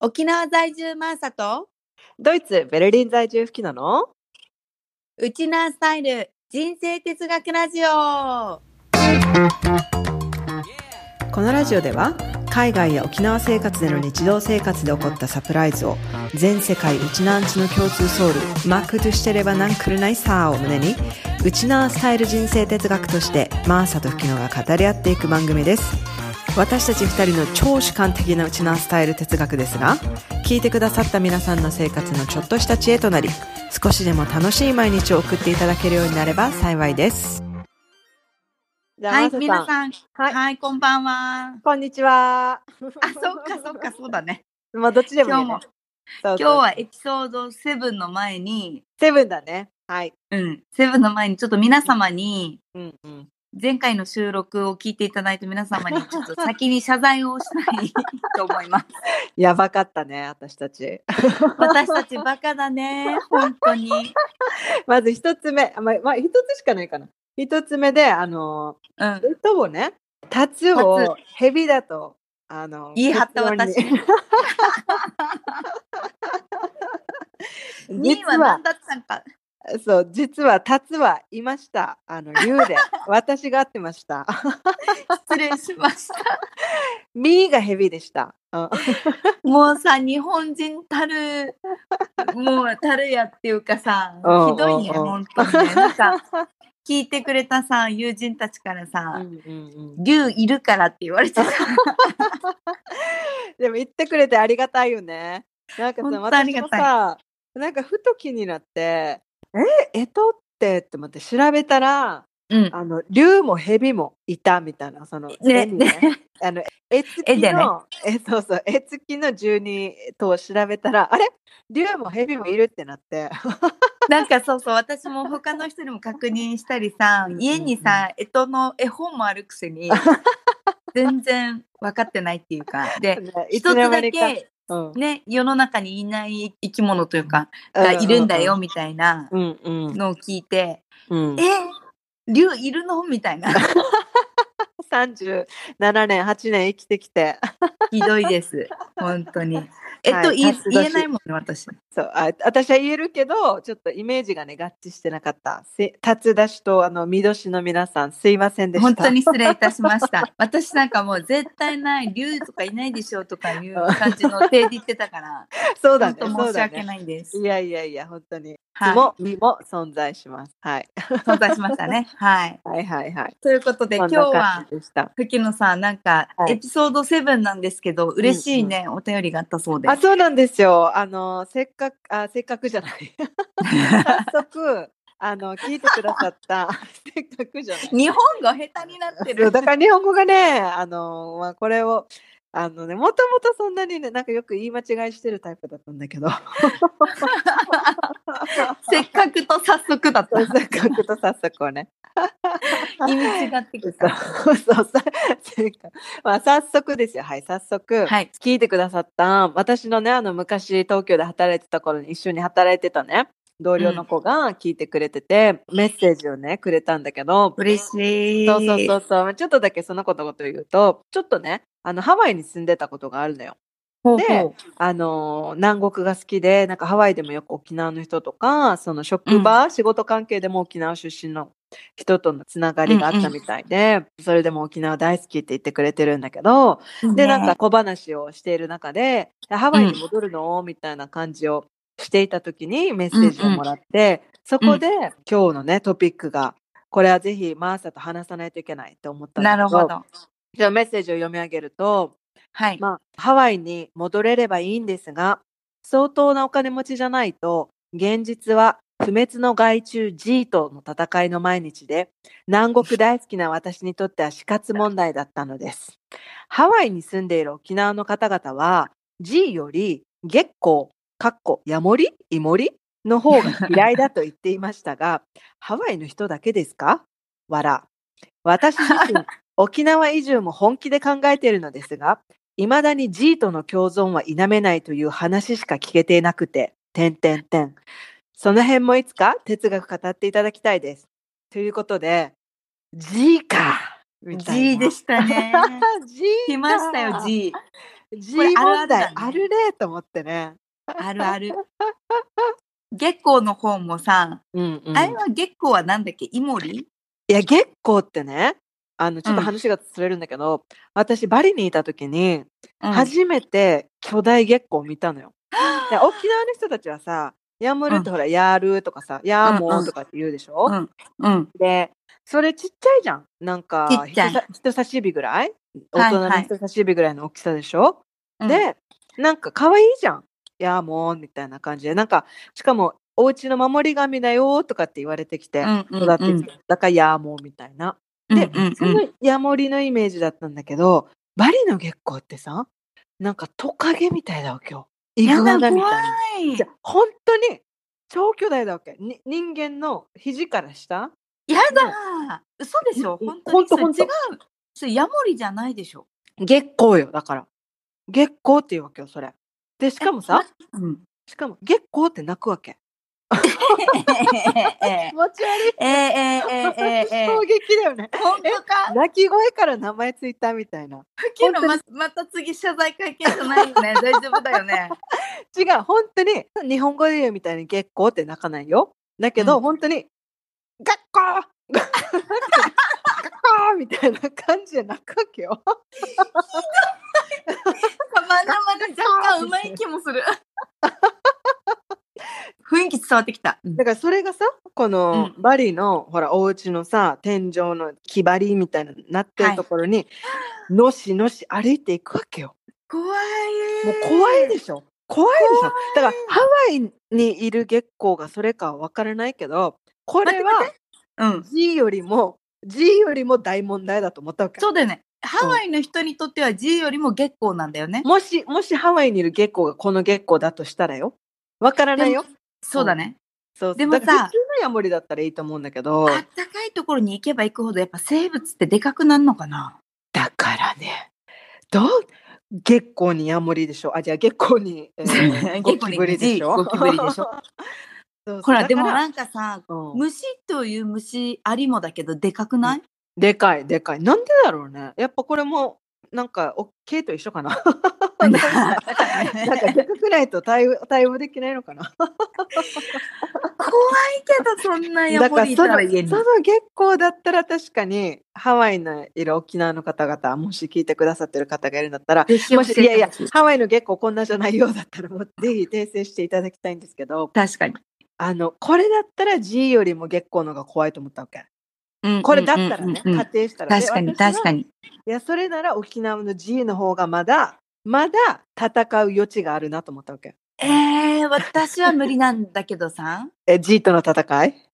沖縄在住マーサとドイツ・ベルリン在住吹きなのウチナースタイル人生哲学ラジオこのラジオでは海外や沖縄生活での日常生活で起こったサプライズを全世界ウチナーンチの共通ソウルマックとしてればなんくるないさーを胸にウチナースタイル人生哲学としてマーサと吹きのが語り合っていく番組です私たち二人の超主観的なウチナースタイル哲学ですが聞いてくださった皆さんの生活のちょっとした知恵となり少しでも楽しい毎日を送っていただけるようになれば幸いですじゃあはいマーサさん皆さんは、はいいこんばんはこんにちは。あ そっかそっかそうだねまあどっちでもいい、ね。今日 そうそう今日はエピソード7の前にセブンだね。はい。うん7の前にちょっと皆様にうんうん。前回の収録を聞いていただいた皆様 にちょっと先に謝罪をしたい と思いますやばかったね私たち。 私たちバカだね本当にまず一つ目、あまあまあ一つしかないかな。一つ目であの うんずっともね、タツをヘビだとあの言い張った私結論に 2位は実は何だったのかそう実はタツはいましたあの竜 で私が合ってました。 失礼しましたミーがヘビでした。うんもうさ日本人たるもうたるやっていうかさうんひどいねうん本当にねなんか聞いてくれたさ友人たちからうさんうんうん竜いるからって言われ てたでも言ってくれてありがたいよね。なんかさ、本当あり私がもたいさ、なんかふと気になって、え、えとってって思って調べたら、うんあの、竜も蛇もいたみたいな、その、ね絵にねあの、絵付絵きでねの、え、そうそう、絵付きの十二とを調べたら、あれ竜も蛇もいるってな って。なんかそうそう私も他の人にも確認したりさうんうんうん家にさ干支の絵本もあるくせ に全然分かってないっていうかでい一つつのだ間にかけうんね世の中にいない生き物というかがいるんだよ。みたいなうんうんのを聞いてうん。え竜いるのみたい な37年、8年生きてきて。ひどいです本当にえっと、はい言え辰年言えないもんね私そうあ私は言えるけどちょっとイメージがね合致してなかったせ辰出しとあの見年の皆さんすいませんでした本当に失礼いたしました 私なんかもう絶対ない竜とかいないでしょうとかいう感じの手で言ってたからそうだ本ね当そ申うしだ訳ねないです、いやいやいや本当に、はいつも身も存在します、はい、存在しましたねはいはいはいはいということで今そん日なは感じでした吹野さんなんかはいエピソード7なんですけど、嬉しいね、お便りがあったそうであそうなんですよあのせっかくあせっかくじゃない早速あの聞いてくださった せっかくじゃない 日本語下手になってそうるだから日本語がね、あのまあ、これを、あのね、もともとそんなにね、なんかよく言い間違いしてるタイプだったんだ けど、せっかくと早速だっ早た速と早速をね、 意味違ってきそたうそうさ せっかまあ、早速ですよ、はい、早速、はい聞いてくださった、私のね、あの昔、東京で働いてた頃に一緒に働いてたね、同僚の子が聞いてくれてて、メッセージをね、くれたんだけど、嬉しい。そうそうそうそう、ちょっとだけその子のことを言うと、ちょっとね、あのハワイに住んでたことがあるのよ。ほうでほうあのー南国が好きでなんかハワイでもよく沖縄の人とかその職場、仕事関係でも沖縄出身の人とのつながりがあったみたいで、それでも沖縄大好きって言ってくれてるんだけど、でなんか小話をしている中でハワイに戻るの、みたいな感じをしていた時にメッセージをもらって、そこで、今日のねトピックがこれはぜひマーサと話さないといけないと思ったんだなけるほど。じゃあメッセージを読み上げるとはい。まあ、ハワイに戻れればいいんですが、相当なお金持ちじゃないと、現実は不滅の害虫 G との戦いの毎日で、南国大好きな私にとっては死活問題だったのです。ハワイに住んでいる沖縄の方々は、G より月光、かっこ、ヤモリイモリの方が嫌いだと言っていましたが、ハワイの人だけですかわら。私自 身、沖縄移住も本気で考えているのですが、いまだに G との共存は否めないという話しか聞けていなくて、点点点。その辺もいつか哲学語っていただきたいです。ということで、G かみたいな G でしたね。 G か来ましたよ、G。 G れあるあ問るだ題ねあるねと思ってね。あるある。月光の方もさ、うんうん、あれは月光はなんだっけイモリいや月光ってねあのちょっとうん話がつれるんだけど、私バリにいた時にうん初めて巨大月光を見た のよ。で沖縄の人たちはさ「やむる」ってほら「やる」とかさ「やーもー」とかって言うでしょ、うんうん。でそれちっちゃいじゃんなんかちっちゃい人さ人差し指ぐらいは大い人の人差し指ぐらいの大きさでしょ、うん、でなんか可愛いじゃん「やーもー」みたいな感じでなんかしかも「お家の守り神だよ」とかって言われてきてうんうん育ってきて、だから「やーもー」みたいな。でうんうんそのヤモリのイメージだったんだけど、バリの月光ってさ、なんかトカゲみたいだわけよ。イグアナみたいやな。いじゃ本当に超巨大だわけ。に人間の肘から下やだ嘘でしょうん本当にそれほんと違うそれヤモリじゃないでしょ月光よ、だから。月光っていうわけよ、それ。で、しかもさ、うんしかも月光って泣くわけ。ええ気持ち悪い。ええええええ衝撃だよね。本当か泣き声から名前ついたみたいな。けどままた次謝罪会見じゃないよ ね大丈夫だよね違う、本当に、日本語で言うみたいに月光って泣かないよ。だけど、うん本当に、学校 学校みたいな感じで泣くわけよ。まだまだ若干うまい気もする 雰囲気伝わってきた、だからそれがさ、このうバリの、ほら、お家のさ、天井の木張りみたいななってはるいところに、のしのし歩いていくわけよ。怖いもう怖いでしょ。怖いでしょ。だから、ハワイにいる月光がそれかは分からないけど、これは、うん、 G よりも G よりも大問題だと思ったわけ。そうだよねハワイの人にとっては G よりも月光なんだよね、 もしもしハワイにいる月光がこの月光だとしたらよ。わからないよ。そうだねそうでもさだから普通のヤモリだったらいいと思うんだけど。あったかいところに行けば行くほどやっぱ生物ってでかくなるのかなだからね。どう月光にヤモリでしょ。あじゃあ月光に、えー ゴ結構キねブリでしょ。 ゴキブ リでしょそうそうほらだでもからなんかさうん虫という虫ありもだけどでかくない、でかいでかい。なんでだろうね。やっぱこれもなんかお K と一緒かな。 なんなんかかなんかでかくないと対応対応できないのかな。怖いけどそんなだヤかモらリいそたのら家にその月光だったら確かにハワイのいる沖縄の方々もし聞いてくださってる方がいるんだったらぜひ教もえしていやいやほしハワイの月光こんなじゃないようだったらもうぜひ訂正していただきたいんですけど確かに、あのこれだったら G よりも月光の方が怖いと思ったわけうんこれだったらねうんうんうん仮定したら確かに確かににいやそれなら沖縄の G の方がまだまだ戦う余地があるなと思ったわけえー、私は無理なんだけどさえ G との 戦い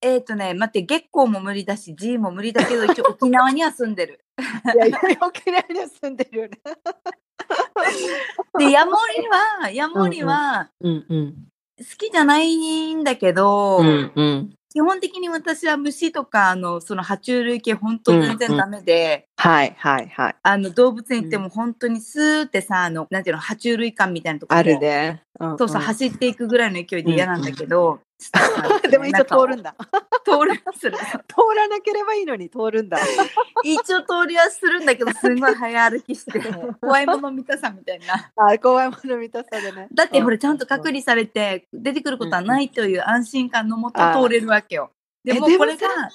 えっとね待って月光も無理だし G も無理だけど一応沖縄には住んで るいやいや沖縄には住んでるよねでヤモリはヤモリはうんうん好きじゃないんだけど、うん基本的に私は虫とかあのその爬虫類系本当全うんう然んダメで、はいはいはい。あの動物園行っても本当にスーってさあのなんていうの爬虫類館みたいなとこあるね。そうそう、走っていくぐらいの勢いで嫌なんだけ ど、うんでも一応通るんだだ。通るする通らなければいいのに通るんだ。 一応通りはするんだけどすんごい早歩き して怖いもの見たさみたいなあ怖いもの満たさでね。だってほらちゃんと隔離。離されて出てくることはないという安心感のもと通れるわけよでもえでこもされが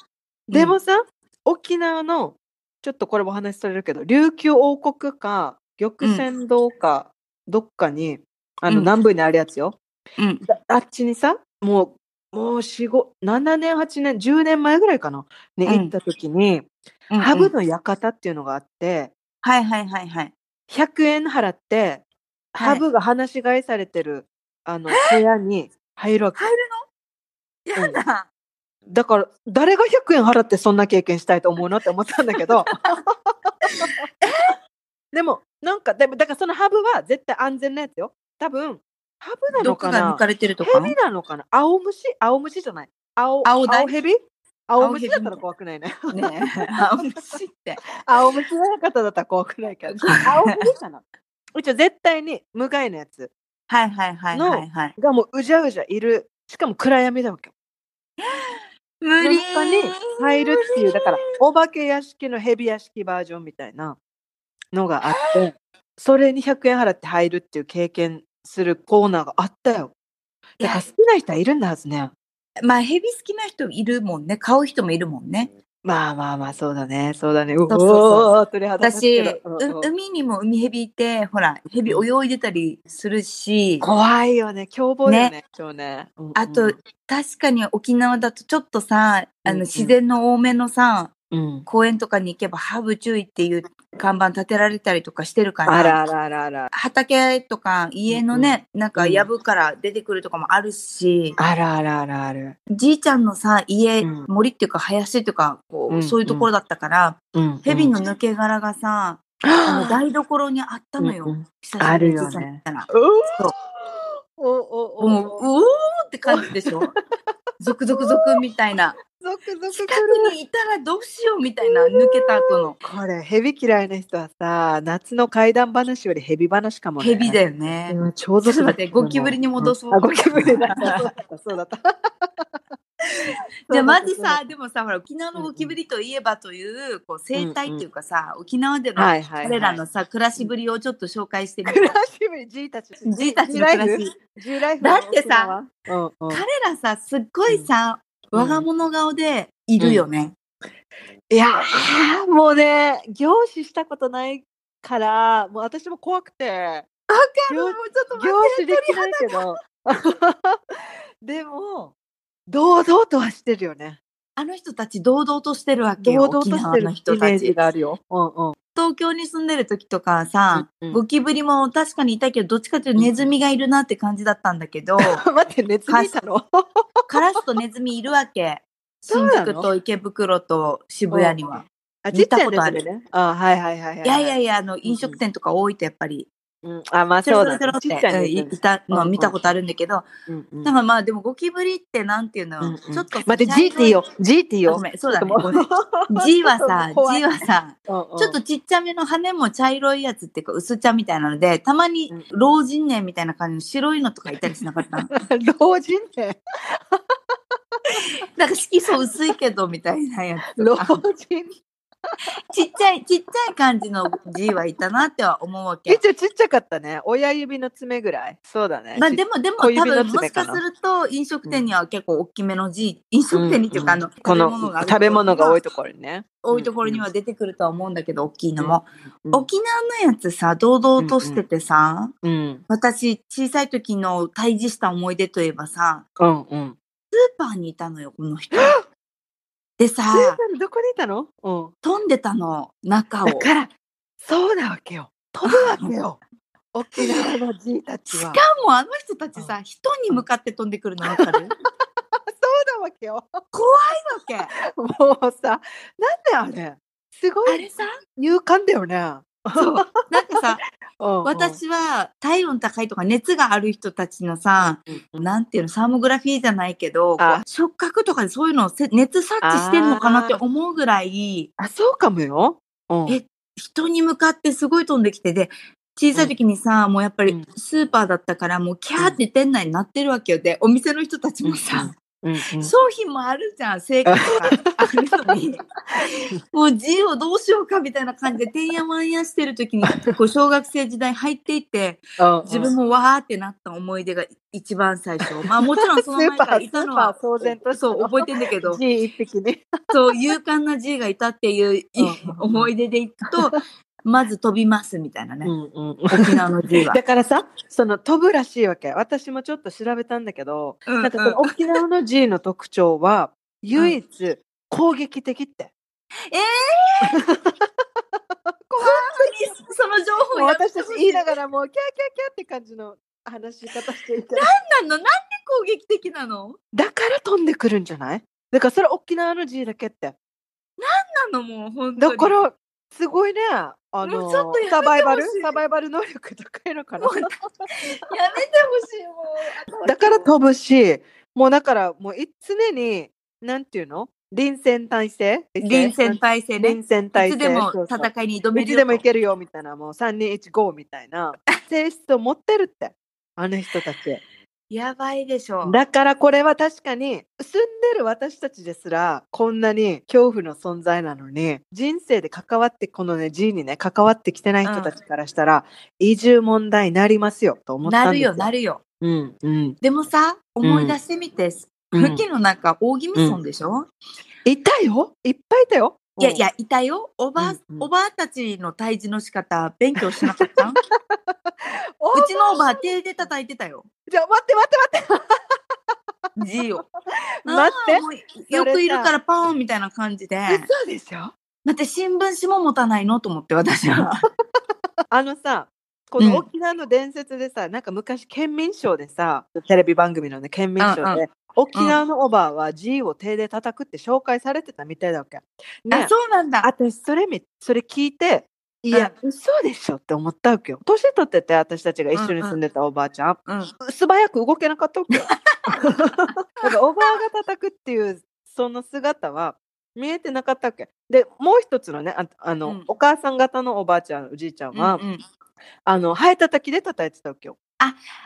でもさ、沖縄のちょっとこれもお話しされるけど、琉球王国か玉泉堂かどっかにあうんの南部にあるやつよ。うんあっちにさ、もうもう四五七年八年十年前ぐらいかなにうん行った時に、うんうんハブの館っていうのがあって。はいはいはいはい100円払って、はいハブが放し飼いされてるあの部屋に入るわけ。入るのやだ、だから誰が100円払ってそんな経験したいと思うのって思ったんだ けど。でもなんかでもだからそのハブは絶対安全なやつよ。多分ハブなの毒かがな抜かれてるとかヘビなのかな青虫青虫じゃない。青青鯛青ヘビ青虫だっ青ヘたらビ怖くないね。 ねえ 青虫って青虫の方だったら怖くな いけど。青ヘビかな。うちは絶対に無害のやつ。はいはいはいはいはいがもううじゃうじゃいるしかも暗闇だわけよ無理中に入るっていうだからお化け屋敷の蛇屋敷バージョンみたいなのがあってそれに100円払って入るっていう経験するコーナーがあったよ。いだやから好きな人はいるんだはずね。まあ、ヘビ好きな人いるもんね。買う人もいるもんね。まあまあまあ、そうだね、そうだね。うおうそうそうー鳥肌立つ私、けうどうんうん海にも海ヘビいて、ほら、ヘビ泳いでたりするし、怖いよね、凶暴よね、今日ね。うんうんあと、確かに沖縄だとちょっとさ、あうんうんの、自然の多めのさ、うん公園とかに行けば、ハブ注意っていう看板立てられたりとかしてるから、あらあらあらあら。畑とか家のね、なんか藪から出てくるとかもあるし、あらあらあらある。じいちゃんのさ、家、うん森っていうか林っていうか、こう、うんそういうところだったから、うん蛇の抜け殻がさ、あのあ台所にあったのよ。うんうん久しぶりにあるよねじいちゃんに会ったら。うそおおおもう、うお。おーって感じで しょゾクゾクゾクみたいな。ゾクゾク近くにいたらどうしようみたいな、抜けた後のこれ蛇嫌いな人はさ夏の怪談話より蛇話かもね。蛇だよね。うんちょうどちょっと待って ゴキブリに戻そううんあゴキブリだった。そうだった。そうだった じゃあまずさ、、でもさ、ほら、沖縄のゴキブリといえばという、こう、生態っていうかさ、沖縄でのはいはいはい、彼 らのさ、暮らしぶりをちょっと紹介してみ暮る。らしぶり G たち。じいたちの暮らし。 G ライフだってさ、うんうん彼らさ、すっごいさ、うん我が物顔でいるよね。いやーもうね凝視したことないからもう私も怖くてもうち凝ょっと凝視できないけど でも堂々とはしてるよねあの人たち堂々としてるわけ堂よ。々と沖して縄るのイ人メたージち。があるよ。うんうん東京に住んでる時とかさ、うんうゴキブリも確かにいたけど、どっちかというとネズミがいるなって感じだったんだけど、 ん、待って熱見たのカラスとネズミいるわけ。そ新うなの宿と池袋と渋谷には。あち見っちたゃいこでとあするね。あはいはいはいはい。いやいやや。いや、あの、飲食店とか多いとやっぱり、うん、あまあセロそうセロだ、セロねっ。ちっちゃていいね、いたのは見たことあるんだけど、うんうんだからまあでもゴキブリってなんていうの、うんうんちょっと。待って GT よ GT あよご。めん、そうだね。ちごょっと もうめん G はさ、 怖い G はさ、ちちょっとちっちゃめの羽も茶色いやつっていうか薄茶みたいなので、たまに老人年みたいな感じの白いのとかいたりしなかった の老人ね。なんか色素薄いけどみたいなやつ老と人か。ちっちゃい、ちっちゃい感じの G はいたなっては思うわめっけ。ちゃちっちゃかったね。親指の爪ぐらい。そうだね。まあでも、も、でも多小指の分も爪しかかなすると飲食店には結構大きめの G、飲食店にっていうかあの、この食べ物が多いとところにね。多いところには出てくるとは思うんだけど、大きいのも。うん沖縄のやつさ、堂々としててさ、うん。私、小さい時の退治した思い出といえばさ、うんうん。スーパーにいたのよ、この 人。でスーさ、パーのどこにいたのうん。飛んでたの、中をだ。から、そうなわけよ。飛ぶわけよ。沖縄のじいたちしかは。もあの人たちさ、人に向かって飛んでくるのわかる そうなわけよ。いいわけもうさ、なんであれ。すごあいれさ、勇敢だよね。そう。 なんかさ、うんうん、私は体温高いとか熱がある人たちのさ、うんうん、なんていうの、サーモグラフィーじゃないけど、こあう触覚とかでそういうのをせ熱察知してんのかなって思うぐらい、あ、そうかもよ。うん、え人に向かってすごい飛んできてで小さい時にさ、もうやっぱうりんスーパーだったからもうキャーって店内になってるわけよでお店の人たちもさ、うんうん商品もあるじゃん成果とか あるのにもう自由をどうしようかみたいな感じでてんやわんやしてる時にこう小学生時代入っていってうん自分もわーってなった思い出が一番最 初まあもちろんその前からいたのはスーパースーパー騒然としたそのう覚えてんだけど G 一匹ね。そう、勇敢な G がいたっていういうんうんうん思い出でいく と、まず飛びますみたいなね。うんうん、沖縄の G は。だからさその飛ぶらしいわけ私もちょっと調べたんだけど、うんうなんかそのん沖縄の G の特徴は唯一攻撃的って。ええその情報もうやめ私てたちほし言い。いななんがらもうキャーキャーキャーって感じの話し方していてなのなんで攻撃的なのだから飛んでくるんじゃないだからそれ沖縄の G だけってなのもう本当だに。からすごいねあものうちょっとやめてほしいサバイバルサバイバル能力高いのかなもうやめてほしい、もう。だから飛ぶし、もうだからもうい常に、なんていうの臨戦態勢臨戦態態勢勢。ね。臨戦い態勢。つでもそうそう戦いに挑めいるつよでもいとけるよみたいな、もう3、2、1、5みたいな性質を持ってるって、あの人たち。やばいでしょ。だからこれは確かに住んでる私たちですらこんなに恐怖の存在なのに人生で関わってこのね G にね関わってきてない人たちからしたら、移住問題になりますよと思ったなんるですよ、なるよ。うんうんでもさ、思い出してみて、うん付近の中、大宜味村でしょ、いたよいっぱいいたよいやいや、いたよ。おばあ、うんうんおばあたちの退治の仕方、勉強してなか ったんうおちのおばあ、手で叩いてたよ。じゃあ待って待って待って G を。 待ってあーもうよくいるからパーンみたいな感じで。嘘でしょだって新聞紙も持たないのと思って、私は。あのさこうんの沖縄の伝説でさ、なんか昔県民賞でさテレビ番組のね県民賞で、うんう沖縄のおばあは G を手で叩くって紹介されてたみたいだわけ。 ねあ、そうなんだ。私それめそれ聞いていや、嘘でしょって思ったわけよ年取ってて私たちが一緒に住んでたおばあちゃん、うん。素早く動けなかったわけよだからおばあが叩くっていうその姿は見えてなかったわけでもう一つのねああの、うんお母さん方のおばあちゃんおじいちゃんは、うんうんあのハエ叩きで叩いてたわけよ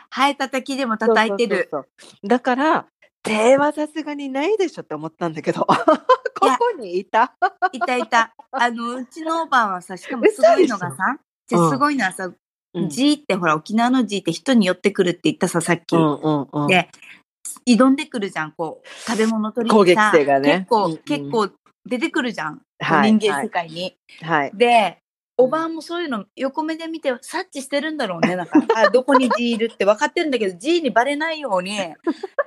ハエ叩きでも叩いてる。そうそうそうそうだから手はさすがにないでしょって思ったんだけど ここにいたいたいた。あの、うちのおばあはさ、しかもすごいのがさ、じ嘘でしゃょうんすごいのはさ、うん G ってほら、沖縄の G って人に寄ってくるって言ったさ、さっき。うんうんうんで、挑んでくるじゃん、こう、食べ物取りにさ攻撃性がね結構、うんうん結構出てくるじゃん、はい人間世界に。はい、で、おばあもそういうの横目で見て察知してるんだろうね。なん か、あどこに G いるって分かってるんだけど、G にバレないよう に、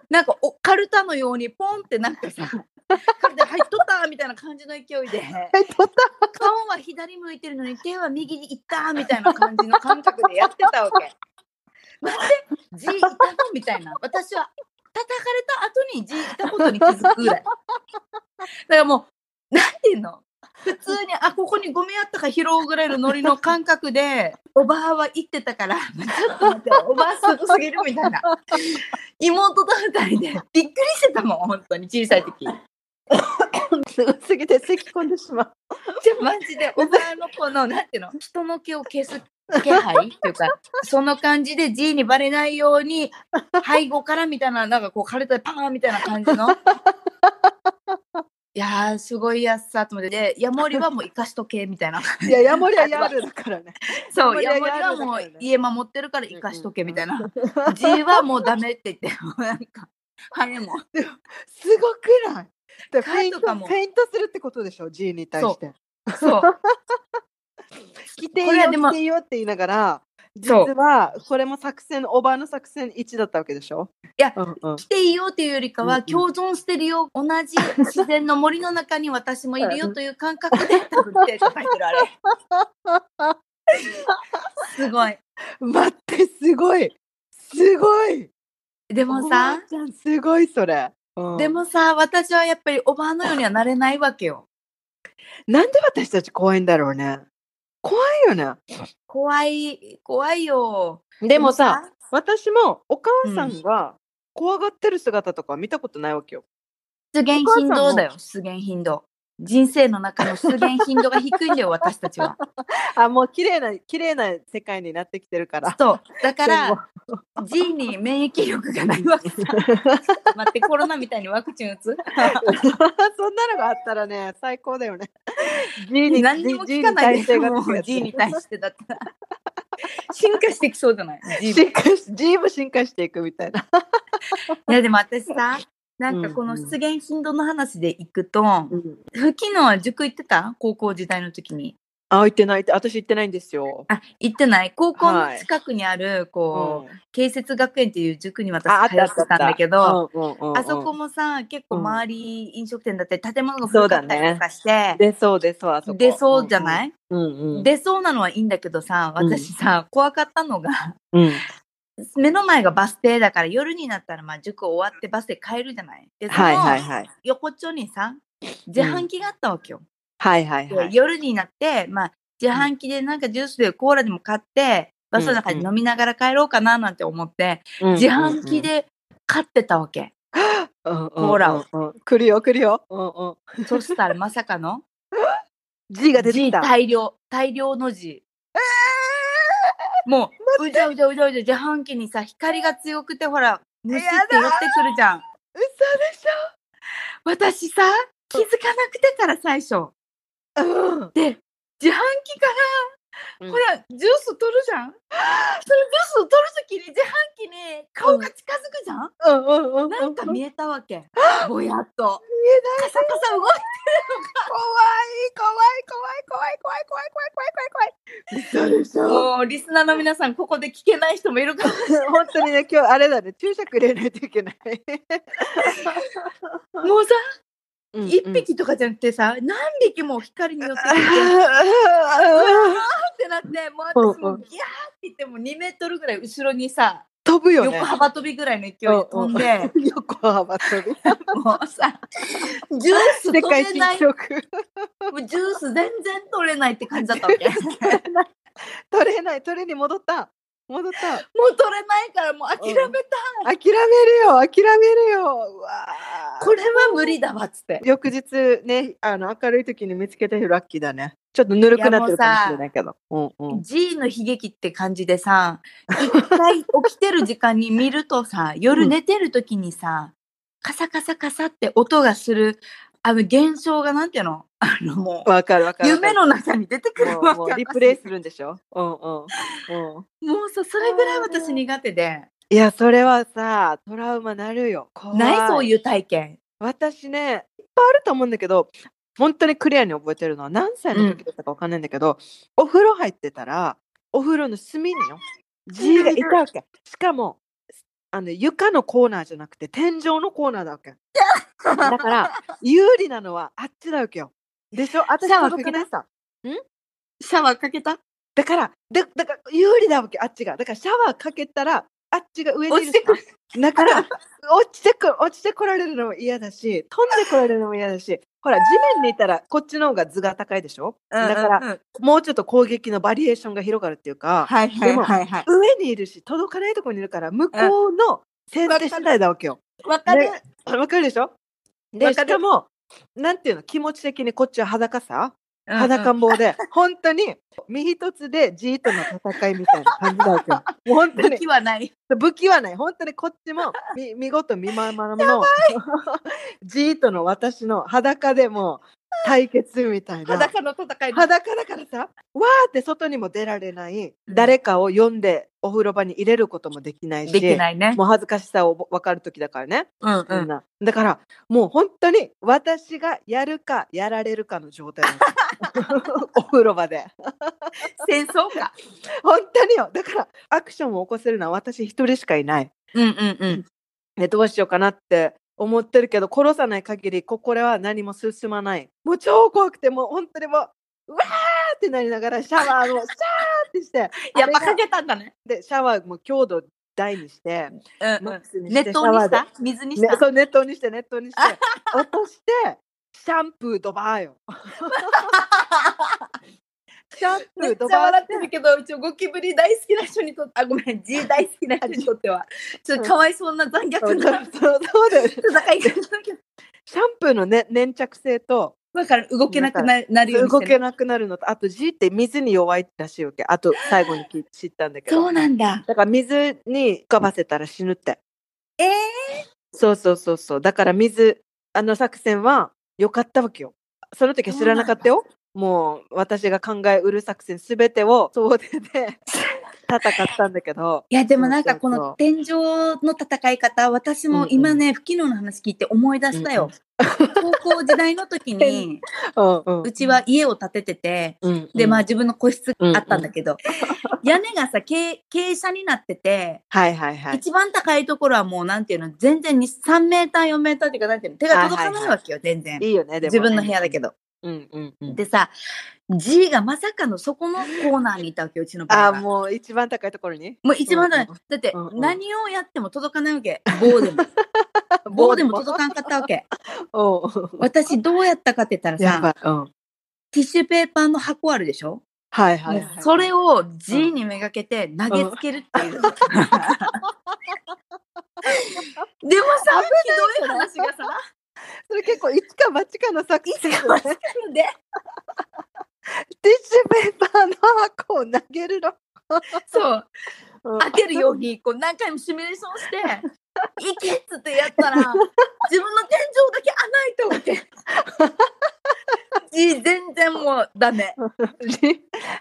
なんかお、カルタのようにポンってなんかさ、カルタ入っとったみたいな感じの勢いで、えっと顔は左向いてるのに手は右に行ったみたいな感じの感覚でやってたわけ。待って、G いたのみたいな。私は叩かれた後に G いたことに気づくぐらい。だからもう、なんていうの普通に、あ、ここにゴミあったか拾うぐらいのノリの感覚で、 おばあは行ってたから、 ちょっと待って、おばあすごすぎるみたいな。妹と二人で、びっくりしてたもん、本当に、小さい時。すごすぎて咳き込んでしまう。じゃあマジでお前のこのなんていうの人の毛を消す気配っていうかその感じで G にバレないように背後からみたいななんかこう枯れたパーンみたいな感じの。いやーすごいやつさと思ってでヤモリはもう生かしとけみたいな いや、ヤモリはヤールだからね。そうヤヤモモリリははももうう家守ってるから生かしとけみたいな G はもうダメって 言ってもうなんか羽もすごくないでフェインカーとトかもフェイントするってことでしょ、G に対して。そう 来ていいこよ、れはでも来ていいよって言いながら、実そうはこれも作戦、オーバーの作戦1だったわけでしょ。いやうんうん来ていいよっていうよりかうんはうん共存してるよ同じ自然の森の中に私もいるよという感覚で多分手叩いてるあれ すごい待って、すごい。すごい。でもさおばあちゃん、すごいそれ。うんでもさ私はやっぱりおばあのようにはなれないわけよなんで私たち怖いんだろうね。怖いよね。怖い怖いよでもさ、私もお母さんが怖がってる姿とかは見たことないわけよ。出現頻度だよ出現頻度人生の中の出現頻度が低いんだよ私たち はあもう綺麗な綺麗な世界になってきてるから。そうだから G に免疫力がない わけさ待ってコロナみたいにワクチン打つ そんなのがあったらね最高だ よね。G に何にも聞かないででもう G に対してだったら進化してきそうじゃない G もい進化し G も進化していくみたいな。やでも私さなんかこのうんうん出現頻度の話でいくと、不機能は塾行ってた高校時代の時にあ行ってないって私行ってないんですよ。あ行ってない高校はのい近くにあるこう、うん慶節学園っていう塾に私通ってたんだけどあ,、うんうんうんそこもさ結構うん周り飲食店だったり建物が古かったりとかして、出そう出そうあそこ。出そうじゃない、うんうん。出そうなのはいいんだけどさ私さ、怖かったのがうん目の前がバス停だから夜になったらまあ塾終わってバスで帰るじゃない。で、そはいはいのはい横っちょにさ、自販機があったわけよ。はいはいではい。夜になって、まあ自販機でなんかジュースでコーラでも買って、バスの中で飲みながら帰ろうかななんて思って、うんうんうん自販機で買ってたわけ。コーラをを。来るよ来るよ。うんうん。そしたらまさかの G が出てきた。大量、大量の字。もう、うじゃうじゃうじゃうじゃ自販機にさ、光が強くてほら、虫って寄ってくるじゃん。嘘でし私さ、気づかなくてから最初。ょうん。で、自販機かうんら、ほら、ジュース取るじゃん。それジュース取るときに自販機に顔が近づくじゃん。うんうんうんうん。なんか見えたわけ。ぼやっと。見えなカい。サカサ動い怖い怖い怖い怖い怖い怖い怖い怖い怖い怖い。 嘘でしょ。もうリスナーの皆さんここで聞けない人もいるかも本当にね今日あれだね注射くれないといけない。 もうさ一一、匹とかじゃなくてさ何匹も光によ ってきてってなってもう私うもんうんギャーって言っても2メートルぐらい後ろにさ 飛ぶよ横ね。幅跳びぐらいの勢いで飛んで横幅飛び。もう さジュース世取界れ新ない記録もうジュース全然取れないって感じだったわ けもう取れ取れない取れに戻った戻ったないからもう諦めた、諦めるよ諦めるようわーこれは無理だわっつって翌日ねあの明るい時に見つけた人ラッキーだねちょっとぬるくなってるかもしれないけどうんうん G の悲劇って感じで さ一回起きてる時間に見るとさ夜寝てる時にさ、カサカサカサって音がするあの現象がなんていうのあのもわかるわかうる夢の中に出てくるもわうもけうリプレイ私するんでしょうんうんうんもうさそれぐらい私苦手でいやそれはさトラウマなるよ怖いないそういう体験私ねいっぱいあると思うんだけど本当にクリアに覚えてるのは何歳の時だったかわかんないんだけど、お風呂入ってたらお風呂の隅によ G がいたわけしかもあの床のコーナーじゃなくて天井のコーナーだわけだだから有利なのはあっちだわけよでしょ私シャワー届けなさシャワーかけただからでだから有利だわけあっちがだからシャワーかけたらあっちが上にい落ちるてくるだから、落ちてく、落ちてこられるのも嫌だし、飛んでこられるのも嫌だし、ほら、地面にいたら、こっちの方が図が高いでしょだから、うんうんうんもうちょっと攻撃のバリエーションが広がるっていうか、はいはでいもはいはい上にいるし、届かないところにいるから、向こうの先手次第だわけよ。わかるでわかるでしょで、わかしるかも、なんていうの、気持ち的にこっちは裸さ、うんうん裸ん坊で、本当に、身一つでじーっとの戦いみたいな感じだわけよ。もう本当に武器。はない武器はない本当にこっちもみ 見事見ままのじーっとの私の裸でもう対決みたいな裸の戦い裸だからさわーって外にも出られない、うん誰かを呼んでお風呂場に入れることもできないしできないねもう恥ずかしさを分かる時だからね、うんうみんんなだからもう本当に私がやるかやられるかの状態なん ですよお風呂場で戦争か本当によだからアクションを起こせるのは私一人しかいないうんうんうんね、どうしようかなって思ってるけど殺さない限りここれは何も進まないもう超怖くてもう本当にもううわーってなりながらシャワーをシャーってしてやっぱあれかがけたんだね。でシャワーも強度大にしてうんマックスにして熱湯にしたシ水にャしワーでねた、そう熱湯にして熱湯にして落としてシャンプードバーよシャンプめっーちドゃバ笑ってるけど、うちゴキブリ大好きな人にとって、あ、ごめ ん、G 大好きな人にとっては、ちょっとかわいそうな残虐ーなそうそうだよね戦い方だけど、シャンプーの、ね、粘着性とだから動けなくななるように動してける。なくなるのとあと G って水に弱いらしいわけあと最後に聞い知ったんだけどそうなんだ。だから水に浮かばせたら死ぬってえー、そうそうそうそうだから水あの作戦は良かったわけよその時は知らなかったよもう私が考えうる作戦全てを総出 で戦ったんだけどいやでもなんかそうこそうそうの天井の戦い方私も今ね、不機能の話聞いて思い出したよ、高校時代の時 にうんうんうちは家を建ててて、うんで、まあうん自分の個室あったんだけ ど、屋根がさ、傾傾斜になってて、はいはいはい一番高いところはもうなんていうの、全然に3メーター、4メーターっていうか、なんていうの、手が届かないわけよ、全然。いいよねでもね自分の部屋だけど。うんうんうんでさ、G がまさかのそこのコーナーにいたわけよ、うちの場あ合あは。ももう一番高いところにう一番だ、うんだってうんうん何をやっても届かないわ け。棒でも。棒でも届かんかったわけ。おう私どうやったかって言ったら やばさ、い、うん、ティッシュペーパーの箱あるでしょはいはい、はい、それを G にめがけて投げつけるっていう。 でもさ、ひどい話がさ、それ結構一か八かの作戦よね一か八で、ティッシュペーパーの箱を投げるの、そう、うん 当てるように、こう何回もシミュレーションして、行けっつってやったら、自分の天井だけ穴開いておいて。じい全然もうダメ。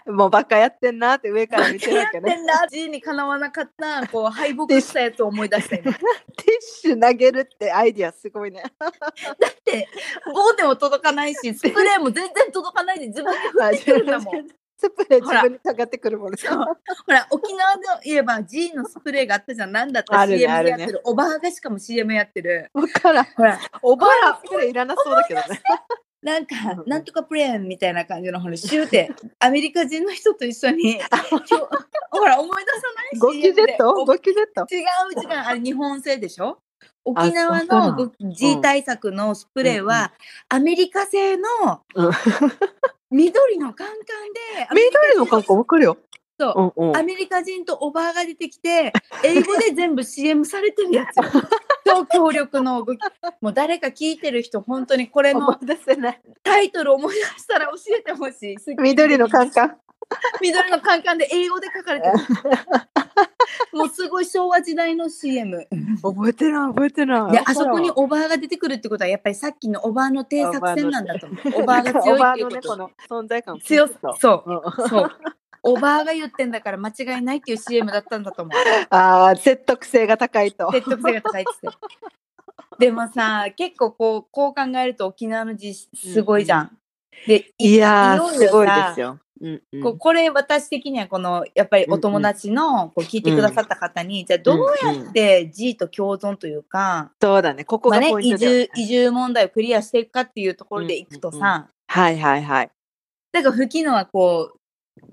もうバカやってんなって上から見てるやわっけて ね。んだ。じいにかなわなかった、こう敗北したやつを思い出 して。今ティッシュ投げるってアイディアすごいね。だって、棒でも届かないし、スプレーも全然届かないで自分に振ってくるんだもん。スプレーほ自ら分にかかってくるもんね。そう ほら、沖縄で言えば G のスプレーがあったじゃん。なんだっあたるね ?CM あるでねやってる。おばあがしかも CM やってる。わからん。ほら、おばあのスプレーいらなそうだけどね。なんかうん、なんとかプレーンみたいな感じの、ほら、シューって、 アメリカ人の人と一緒に、今日ほら、思い出さゴないキジェ CM でットおゴキジェット違う違う、あれ日本製でしょ沖縄そうなののゴ G 対策のスプレーは、アメリカ製のうん緑のカンカンで、 緑の感覚わかるよ。そううんうんアメリカ人とおばあが出てきて、英語で全部 CM されてるや つ。超強力の動き。もう誰か聞いてる人、本当にこれ思のい出せない。タイトル思い出したら教えてほしい。緑の感覚。緑のカンカンで英語で書か れてる。もうすごい昭和時代の CM。覚えてない覚えてない。で、あそこにおばあが出てくるってことは、やっぱりさっきのおばあの偵察戦なんだと思う。おばあが強 おばあいのっていうこ猫と。の存在感強ささ。そうう。んあ そう。おばあが言ってんだから間違いないっていう CM だったんだと思う。あー説得性が高いと。説得性が高いっ つって。でもさ、結構こう、こう考えると沖縄の字すごいじゃん。で、いやーいよいよさすごいですよ。うんうんここれ私的にはこの、やっぱりお友達の、こう聞いてくださった方に、じゃあどうやんんって字と共存というか、そうだね。ここまあがねポ、イン移トだよね住、移住問題をクリアしていくかっていうところでいくとさ、うんうんはいはいはい。だから吹きのはこう、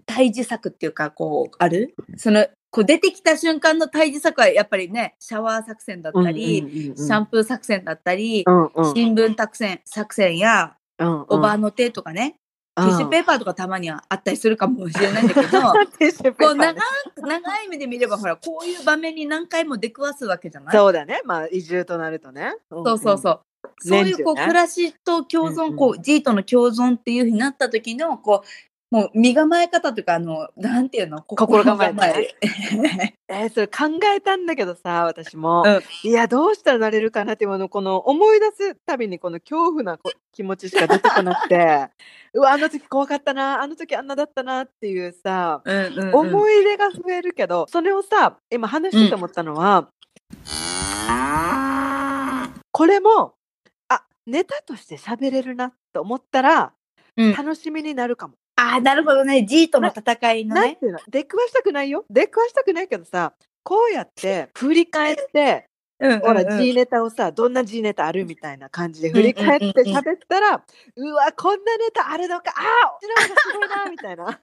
対峙策っていうか、こう、あるその、こう出てきた瞬間の対峙策はやっぱりね、シャワー作戦だったり、シャンプー作戦だったり、うんうんうん新聞作戦作戦やうんうんおばあの手とかね、ティッシュペーパーとかたまにはあったりするかもしれないんだけどティッシュ ペこうーパー長ねく長い目で見ればほらこういう場面に何回も出くわすわけじゃないそうだね。まあ移住となるとね。そうそうそう。そうい年う中こうね暮らしと共うんう存、んこう、G との共存っていうふうになった時の、こう、もう身構え方というか、あの、なんていうの、心構えねる。えーそれ考えたんだけどさ私も、うんいやどうしたらなれるかなっていうのこの思い出すたびにこの恐怖なこ気持ちしか出てこな くてうわあの時怖かったなあの時あんなだったなっていうさ、うんうんうん思い出が増えるけどそれをさ今話してて思ったのは、これもあネタとして喋れるなと思ったら、うん楽しみになるかも。ああ、なるほどね。G との戦いのなんね。ていうの出くわしたくないよ出くわしたくないけどさこう やって振り返ってうんうんうんほら G ネタをさどんな G ネタあるみたいな感じで振り返ってうんうんうんうん喋ったらうわこんなネタあるのかああ面白いのすごいなみたい な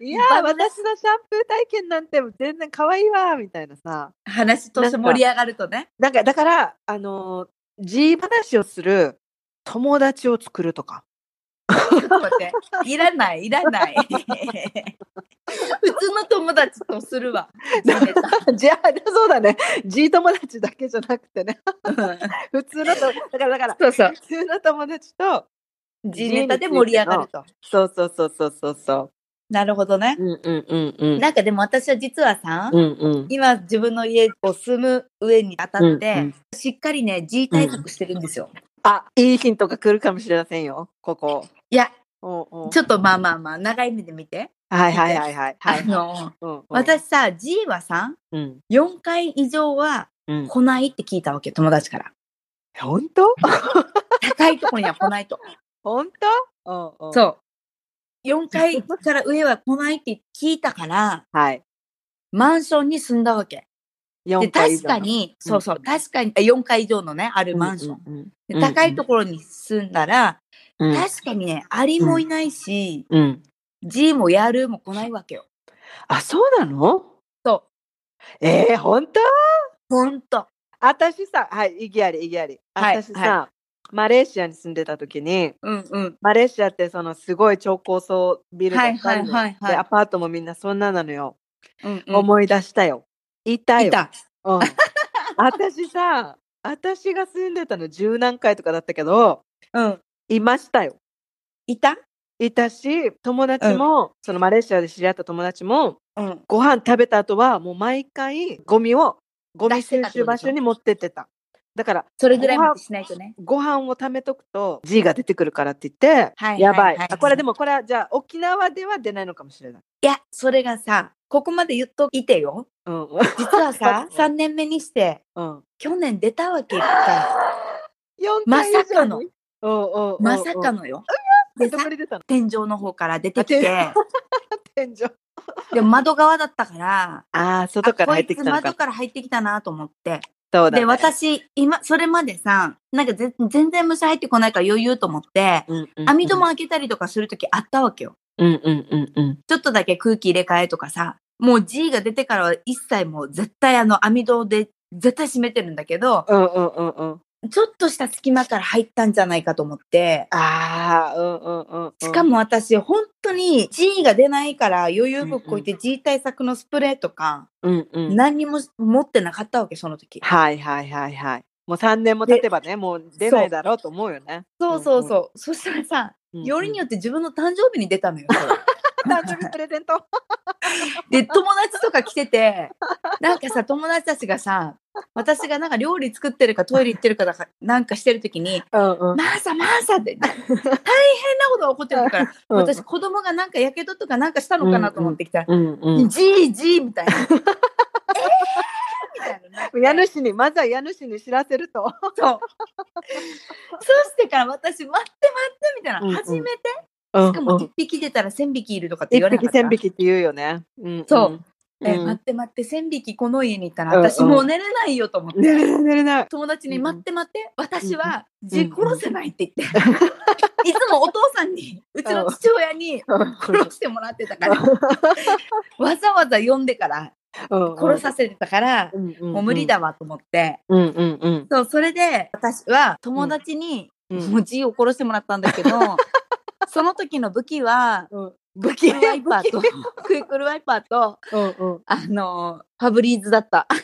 いやーバナナ私のシャンプー体験なんて全然可愛いわみたいなさ話として盛り上がるとね。なんかだからあのー G 話をする友達を作るとかちょっと待っていらない、いらない。 普通の友達とするわ。 じゃあそうだね G 友達だけじゃなくてね うん普通のとだからだからそうそう。普通の友達と G ネタで盛り上がると。そうそうそうそうそうそうなるほどね。うんうんうんうんなんかでも私は実はさ、うんうん今自分の家を住む上にあたって、うんうんしっかりね G 対策してるんですよ。あいいヒントが来るかもしれませんよ、ここ。いやおうおうちょっとまあまあまあ長い目で見て。はいはいはいはい。はあいのうんうん、私さ G はさうん4回以上はうん、来ないって聞いたわけ友達から。本当高いところには来ないと。本当おうお うそう。4階から上は来ないって聞いたから、はい。マンションに住んだわけ。で、四回確以上かに、うんそうそう、確かに、あ4階以上のね、あるマンション。うんうんでうん高いところに住んだら、うん、うん確かにね、アリもいないし、うん。 G もやるも来ないわけよ。あ、そうなのそえー、本当う。ほんと。私さ、はい、意義あり、意義あり。はい私さ、マレーシアに住んでた時に、うんうん。マレーシアってそのすごい超高層ビルがいっぱいあるのはいはいはいはいで、アパートもみんなそんななのよ。うん、思い出したよ。いうたん。よ。いた。うん 私さ私が住んでたの十何回とかだったけどうん。いましたよいたいたし友達も、そのマレーシアで知り合った友達もうん。ご飯食べた後はもう毎回ゴミをゴ出ミ収してたってことでし集ょ場所に持ってってた。だから、それぐらいまでしないとね。ご飯を貯めとくと G が出てくるからって言って、はいはいやばはいいはいあこれでもこれはじゃあ沖縄では出ないのかもしれない。いや、それがさ、ここまで言っといてよ。うん。、実は さ3年目にして、うん。去年出たわけか。四まさかの回以上に。おうおうおうおうまさか。のよ。でどさこ、に出たの天井の方から出てきあて、天天井。 でも窓側だったから、ああ、外から入ってきたのあこいつか窓。から入ってきたなと思って。そうだ、ね。で、私、今、それまでさ、なんかぜ全然虫入ってこないから余裕と思って、うんうんうん、網戸も開けたりとかするときあったわけよ。うんうんうんうん。ちょっとだけ空気入れ替えとかさ、もう G が出てからは一切もう絶対あの網戸で絶対閉めてるんだけど、うんうんうんうん。ちょっとした隙間から入ったんじゃないかと思って、ああ、うんうんうんうん。しかも私、本当に G が出ないから余裕ぶっこいて G 対策のスプレーとか、うんうん。何にも持ってなかったわけ、その時。はいはいはいはい。もう三年も経てばね、もう出ないだろうと思うよね。そうそうそう。そしたらさ、うんうんよりによって自分の誕生日に出たのよ。それ 誕生日プレゼント。 で、友達とか来てて、なんかさ、友達たちがさ、私がなんか料理作ってるかトイレ行ってるかだかなんかしてる時に、 うんうん。マーサマーサ って、大変なことが起こってるから、私子供がなんかやけどとかなんかしたのかなと思ってきたら、うんうじーじーみ たいな。えーみたいななって。家主にまずは家主に知らせると。そう。そうしてから私、待って待ってみたいな。うんうん初めて。うしかも1匹出たら1000匹いるとかって言一われな匹かった。千匹って言うよね。うんそう。うんえ待って待って、1000匹この家にいたら、うんうん私もう寝れないよと思って。寝れない寝れない。友達にうん待って待って、私はんじ殺せ ないって言って、いつもお父さんに、うちの父親に 殺してもらってた から、わざわざ呼んでから殺させてたから、もう無理だわと思って、うんうんうんそう、それで私は友達に、うもう G を殺してもらったんだ けど、その時の武器は、ん。武器ワイパーと、ク イックルワイパーと、 うんうん。クイックルワあのー、ファブリーズだった。イ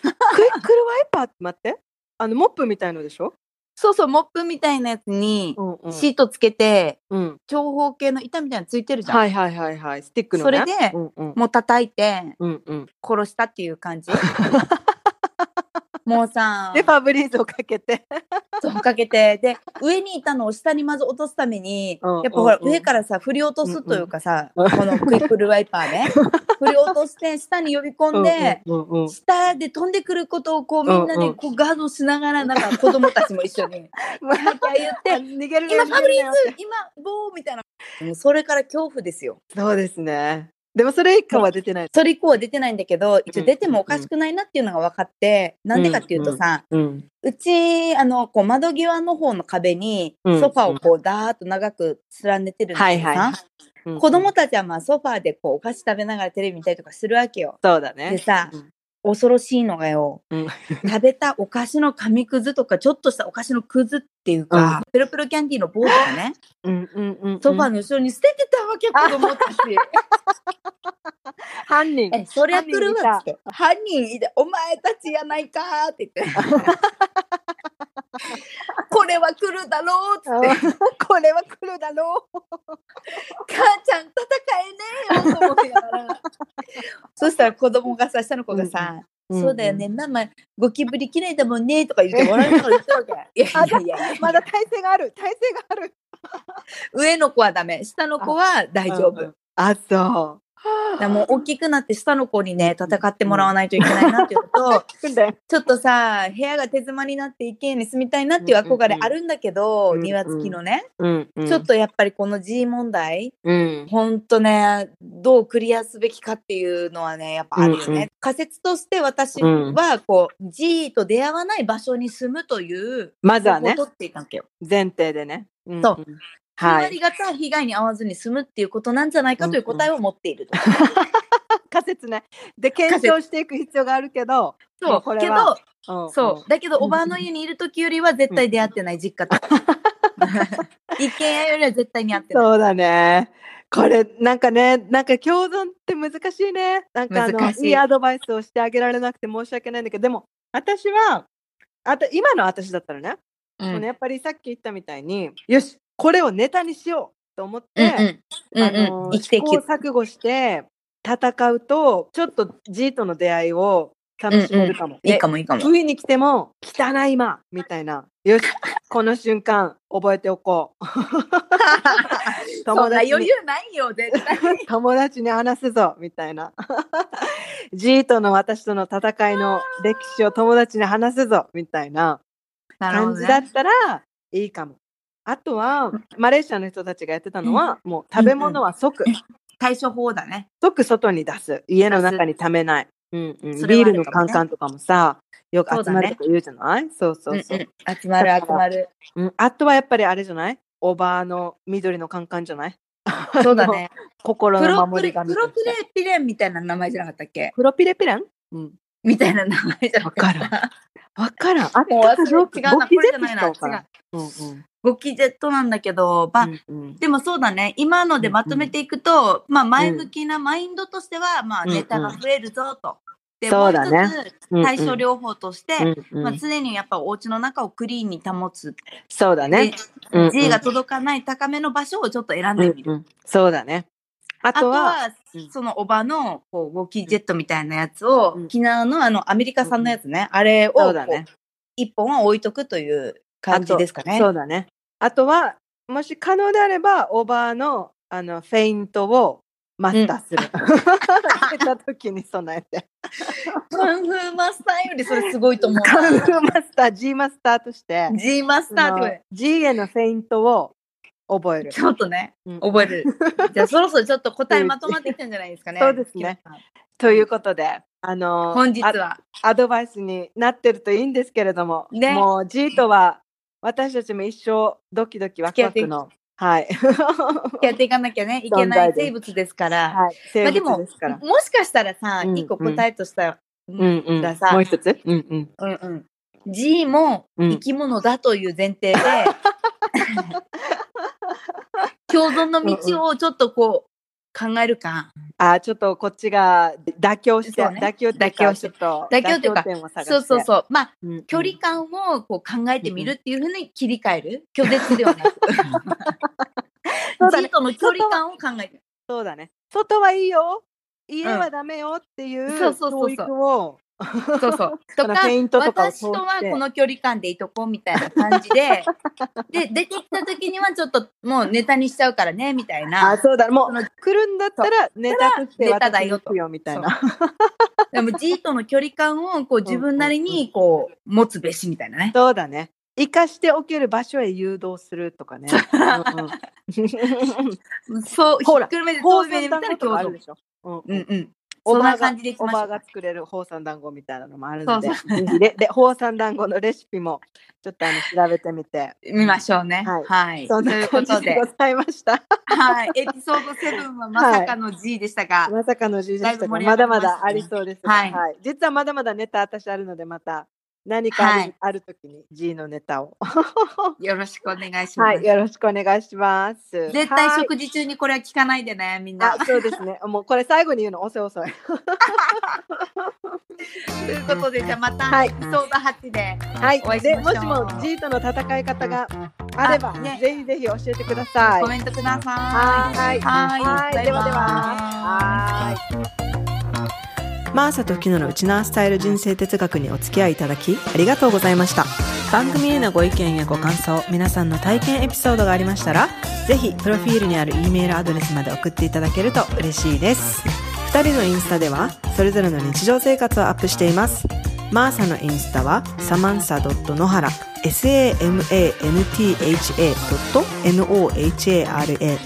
パーって待って。あのモップみたいのでしょ。そうそう、モップみたいなやつにんうシートつけて、うん。長方形の板みたいなのついてるじゃん。はいはいはいはい。スティックのね。それでうんうんもう叩いて、うんうん。殺したっていう感 じ。もうさで、ファブリーズをかけて。そうかけて、で、上にいたのを下にまず落とすために、うやんっぱほら、うんうん上からさ、振り落とすというかさ、うんうんこのクイックルワイパー ね、振り落として、下に呼び込んで、うんうんうん下で飛んでくることをこう、みんなうんうでんこうガードしながら、なんか子供たちも一緒 に、うん。キャーキャー 言って、逃げる今ファブリーズズ、今棒みたいな。もうそれから恐怖ですよ。そうですね。でもそれ以下は出てない。それ以降は出てないんだけど、一応出てもおかしくないなっていうのが分かって、なんでかっていうとさ、うん。うち、あの、こう、窓際の方の壁に、うんソファをこう、だーっと長く連ねてるんですよはいはさい子供たちはまあ、ソファでこう、お菓子食べながらテレビ見たりとかするわけよ。そうだね。でさうん恐ろしいのがよ、うん食べたお菓子の紙くずとか、ちょっとしたお菓子のくずっていうか、ペロペロキャンディーの棒とかね、うんうんうん、ソファの後ろに捨ててたわけよ、子供 たち。犯人え、そりゃ来るわっつ犯人いたって。犯人いて、お前たちやないかーって言って。 これは来るだろうっつって。これは来るだろう母ちゃん戦えねえよと思ってやら そしたら子供がさ下の子がさ「うんうんそうだよねママゴキブリ嫌いだもんね」とか言って 笑いながら言ったわけいやいやいやまだ体勢がある体勢がある上の子はダメ下の子は大丈うんう夫んあそうだからもう大きくなって下の子にね戦ってもらわないといけないなっていうのと訓練ちょっとさ部屋が手詰まりになって一軒家に住みたいなっていう憧れあるんだけど、うんうん庭付きのね、うん、うん、ちょっとやっぱりこの G 問題うんほんとね、どうクリアすべきかっていうのはね、やっぱあるよね。うんうん仮説として私は、こう、G と出会わない場所に住むというまず方は法をね取っていたわけよ。前提でね、うんそううん決はまいりがた被害に遭わずに済むっていうことなんじゃないかという答えを持っていると。仮説ねで検証していく必要があるけどうんこそう。れけはど、うんそう。だけど、うんおばあの家にいる時よりは絶対出会ってない実家と。一軒家よりは絶対に会ってない。そうだね。これなんかね、なんか共存って難しいね。なんかあの難いしいアドバイスをしてあげられなくて申し訳ないんだけど、でも私はあと今の私だったらね、うんそのやっぱりさっき言ったみたいに、よしこれをネタにしようと思って、うんうん。あうんうのん。生きてい試け行る。錯誤して戦うとちょっと G との出会いを楽しめるかも。いいかもいいかでも。冬に来ても汚い今みたいな。よし、この瞬間覚えておこ う。そんな友余達裕にないよ、絶 対。友達に話すぞみたいな。ジートの私との戦いの歴史を友達に話すぞみたいなな感じだったらいいかも。あとはマレーシアの人たちがやってたのは、もう食べ物は即、対処法だね。即外に出す家の中にためない、うんうん、それビはーあルるのかもカねンカンとかもさよくそう集だまねるとか言うじゃないそう,、そうそううんうん集まるだから集ま る。うんあとはやっぱりあれじゃないおばあの緑のカンカンじゃないそうだね。心プのロプ守レり神プとロしピレてピレンみたいな名前じゃなかったっけプロピレピレンうんみたいな名前じゃなかった。わかわからんあもう忘れジョーク違うなボキこれじゃゼットないしなかわから違んうんうんゴキジェットなんだけど、まあ、うんうんでもそうだね。今のでまとめていくと、まあ前向きなマインドとしては、まあうんうんネタが増えるぞと。でそうだねもう一つうんうん対処療法として、うんうんまあ、常にやっぱお家の中をクリーンに保つ。そうだねで、うんうん G が届かない高めの場所をちょっと選んうでんみる。うんそうだねああととははうん、そのおばの、こう、ゴキジェットみたいなやつを、うん沖縄のあの、アメリカ産のやつね、あれを、そうだねこう一本は置いとくという感じですかね。そうだね。あとは、もし可能であれば、オーバーのあのフェイントをマスターする。 出た時に備え て。カンフーマスターよりそれすごいと思カンうフーマスター、G マスターとしてな。、G マスターってこその G へのフェイントを覚えると。ちょっとね、うん覚える。じゃあそろそろちょっと答えまとまってきたんじゃないですかね。そうですね。ということで、あの本日あは。アドバイスになってるといいんですけれども、ねもう G とは私たちも一生ドキドキワクワクの、 はい、やっていかなきゃね、いけない生物ですから。はい、生でも物ですから。もしかしたらさ、うん一個答えとしたら、うんうん、ださもう一つ、うんうん、うんうん。G もうん生き物だという前 提で、共存の道をちょっとこう考えるか、あーちょっとこっちが妥協して、そうね妥協妥協してちょっと妥協というか点を探してそうそうそう、まあうんうん距離感をこう考えてみるっていうふうに切り替える、拒絶ではなく、 そうだね G との距離感を考 える。そうだね外はいいよ家はダメよっていうそうそうそうそう教育をそうそう。とこのかフェイントとかを通私してとはこの距離感でいとこうみたいな感じで、で出てきた時にはちょっともうネタにしちゃうからねみたいなあ。そうだもそうの来るんだったらネタとしてネタだ私よ行とくよみたいなでも G との距離感をこう自分なりにこう持つべしみたいなね。そうだね生かしておける場所へ誘導するとかね、 うんうん、そう、ひほらっくるめて高遠目で山見たら共団子とかある存で。しょ、ううんんうん。おそんばなあが感じでいきおましばょあう。が作れる宝山団子みたいなのもあるので、そぜうひでで宝山団子のレシピもちょっとあの調べてみて、見ましょうね。はいはい。そんといなうこ感とじでで ご、ざいました。はい。エピソード7はまさかの G でしたが、まさかの事実だといぶか盛りま上がだりましまたねだありそうですが、はい実はまだまだネタ私あるのでまた何かある,、はいある時に G のネタをよろしくお願いします。はいよろしくお願いします。絶対はい食事中にこれは聞かないでね、みんな。あそうです ねもうこれ最後に言うの遅い遅い。ということで、じゃあまたはエいピソード8で。はいお会いしでまもしょしうも G との戦い方があれば、あねぜひぜひ教えてくださいコ。メントください。はいはい。はいではでははいマーサとフキノのウチナースタイル人生哲学にお付き合いいただきありがとうございました番組へのご意見やご感想皆さんの体験エピソードがありましたらぜひプロフィールにある E メールアドレスまで送っていただけると嬉しいです2人のインスタではそれぞれの日常生活をアップしていますマーサのインスタはサマンサ野原 samantha.nohara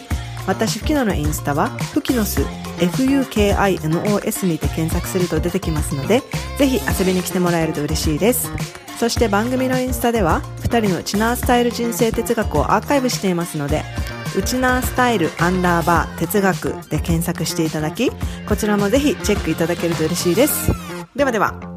私フキノのインスタはフキノス FUKINOS にて検索すると出てきますのでぜひ遊びに来てもらえると嬉しいですそして番組のインスタでは2人のウチナースタイル人生哲学をアーカイブしていますのでウチナースタイルアンダーバー哲学で検索していただきこちらもぜひチェックいただけると嬉しいですではでは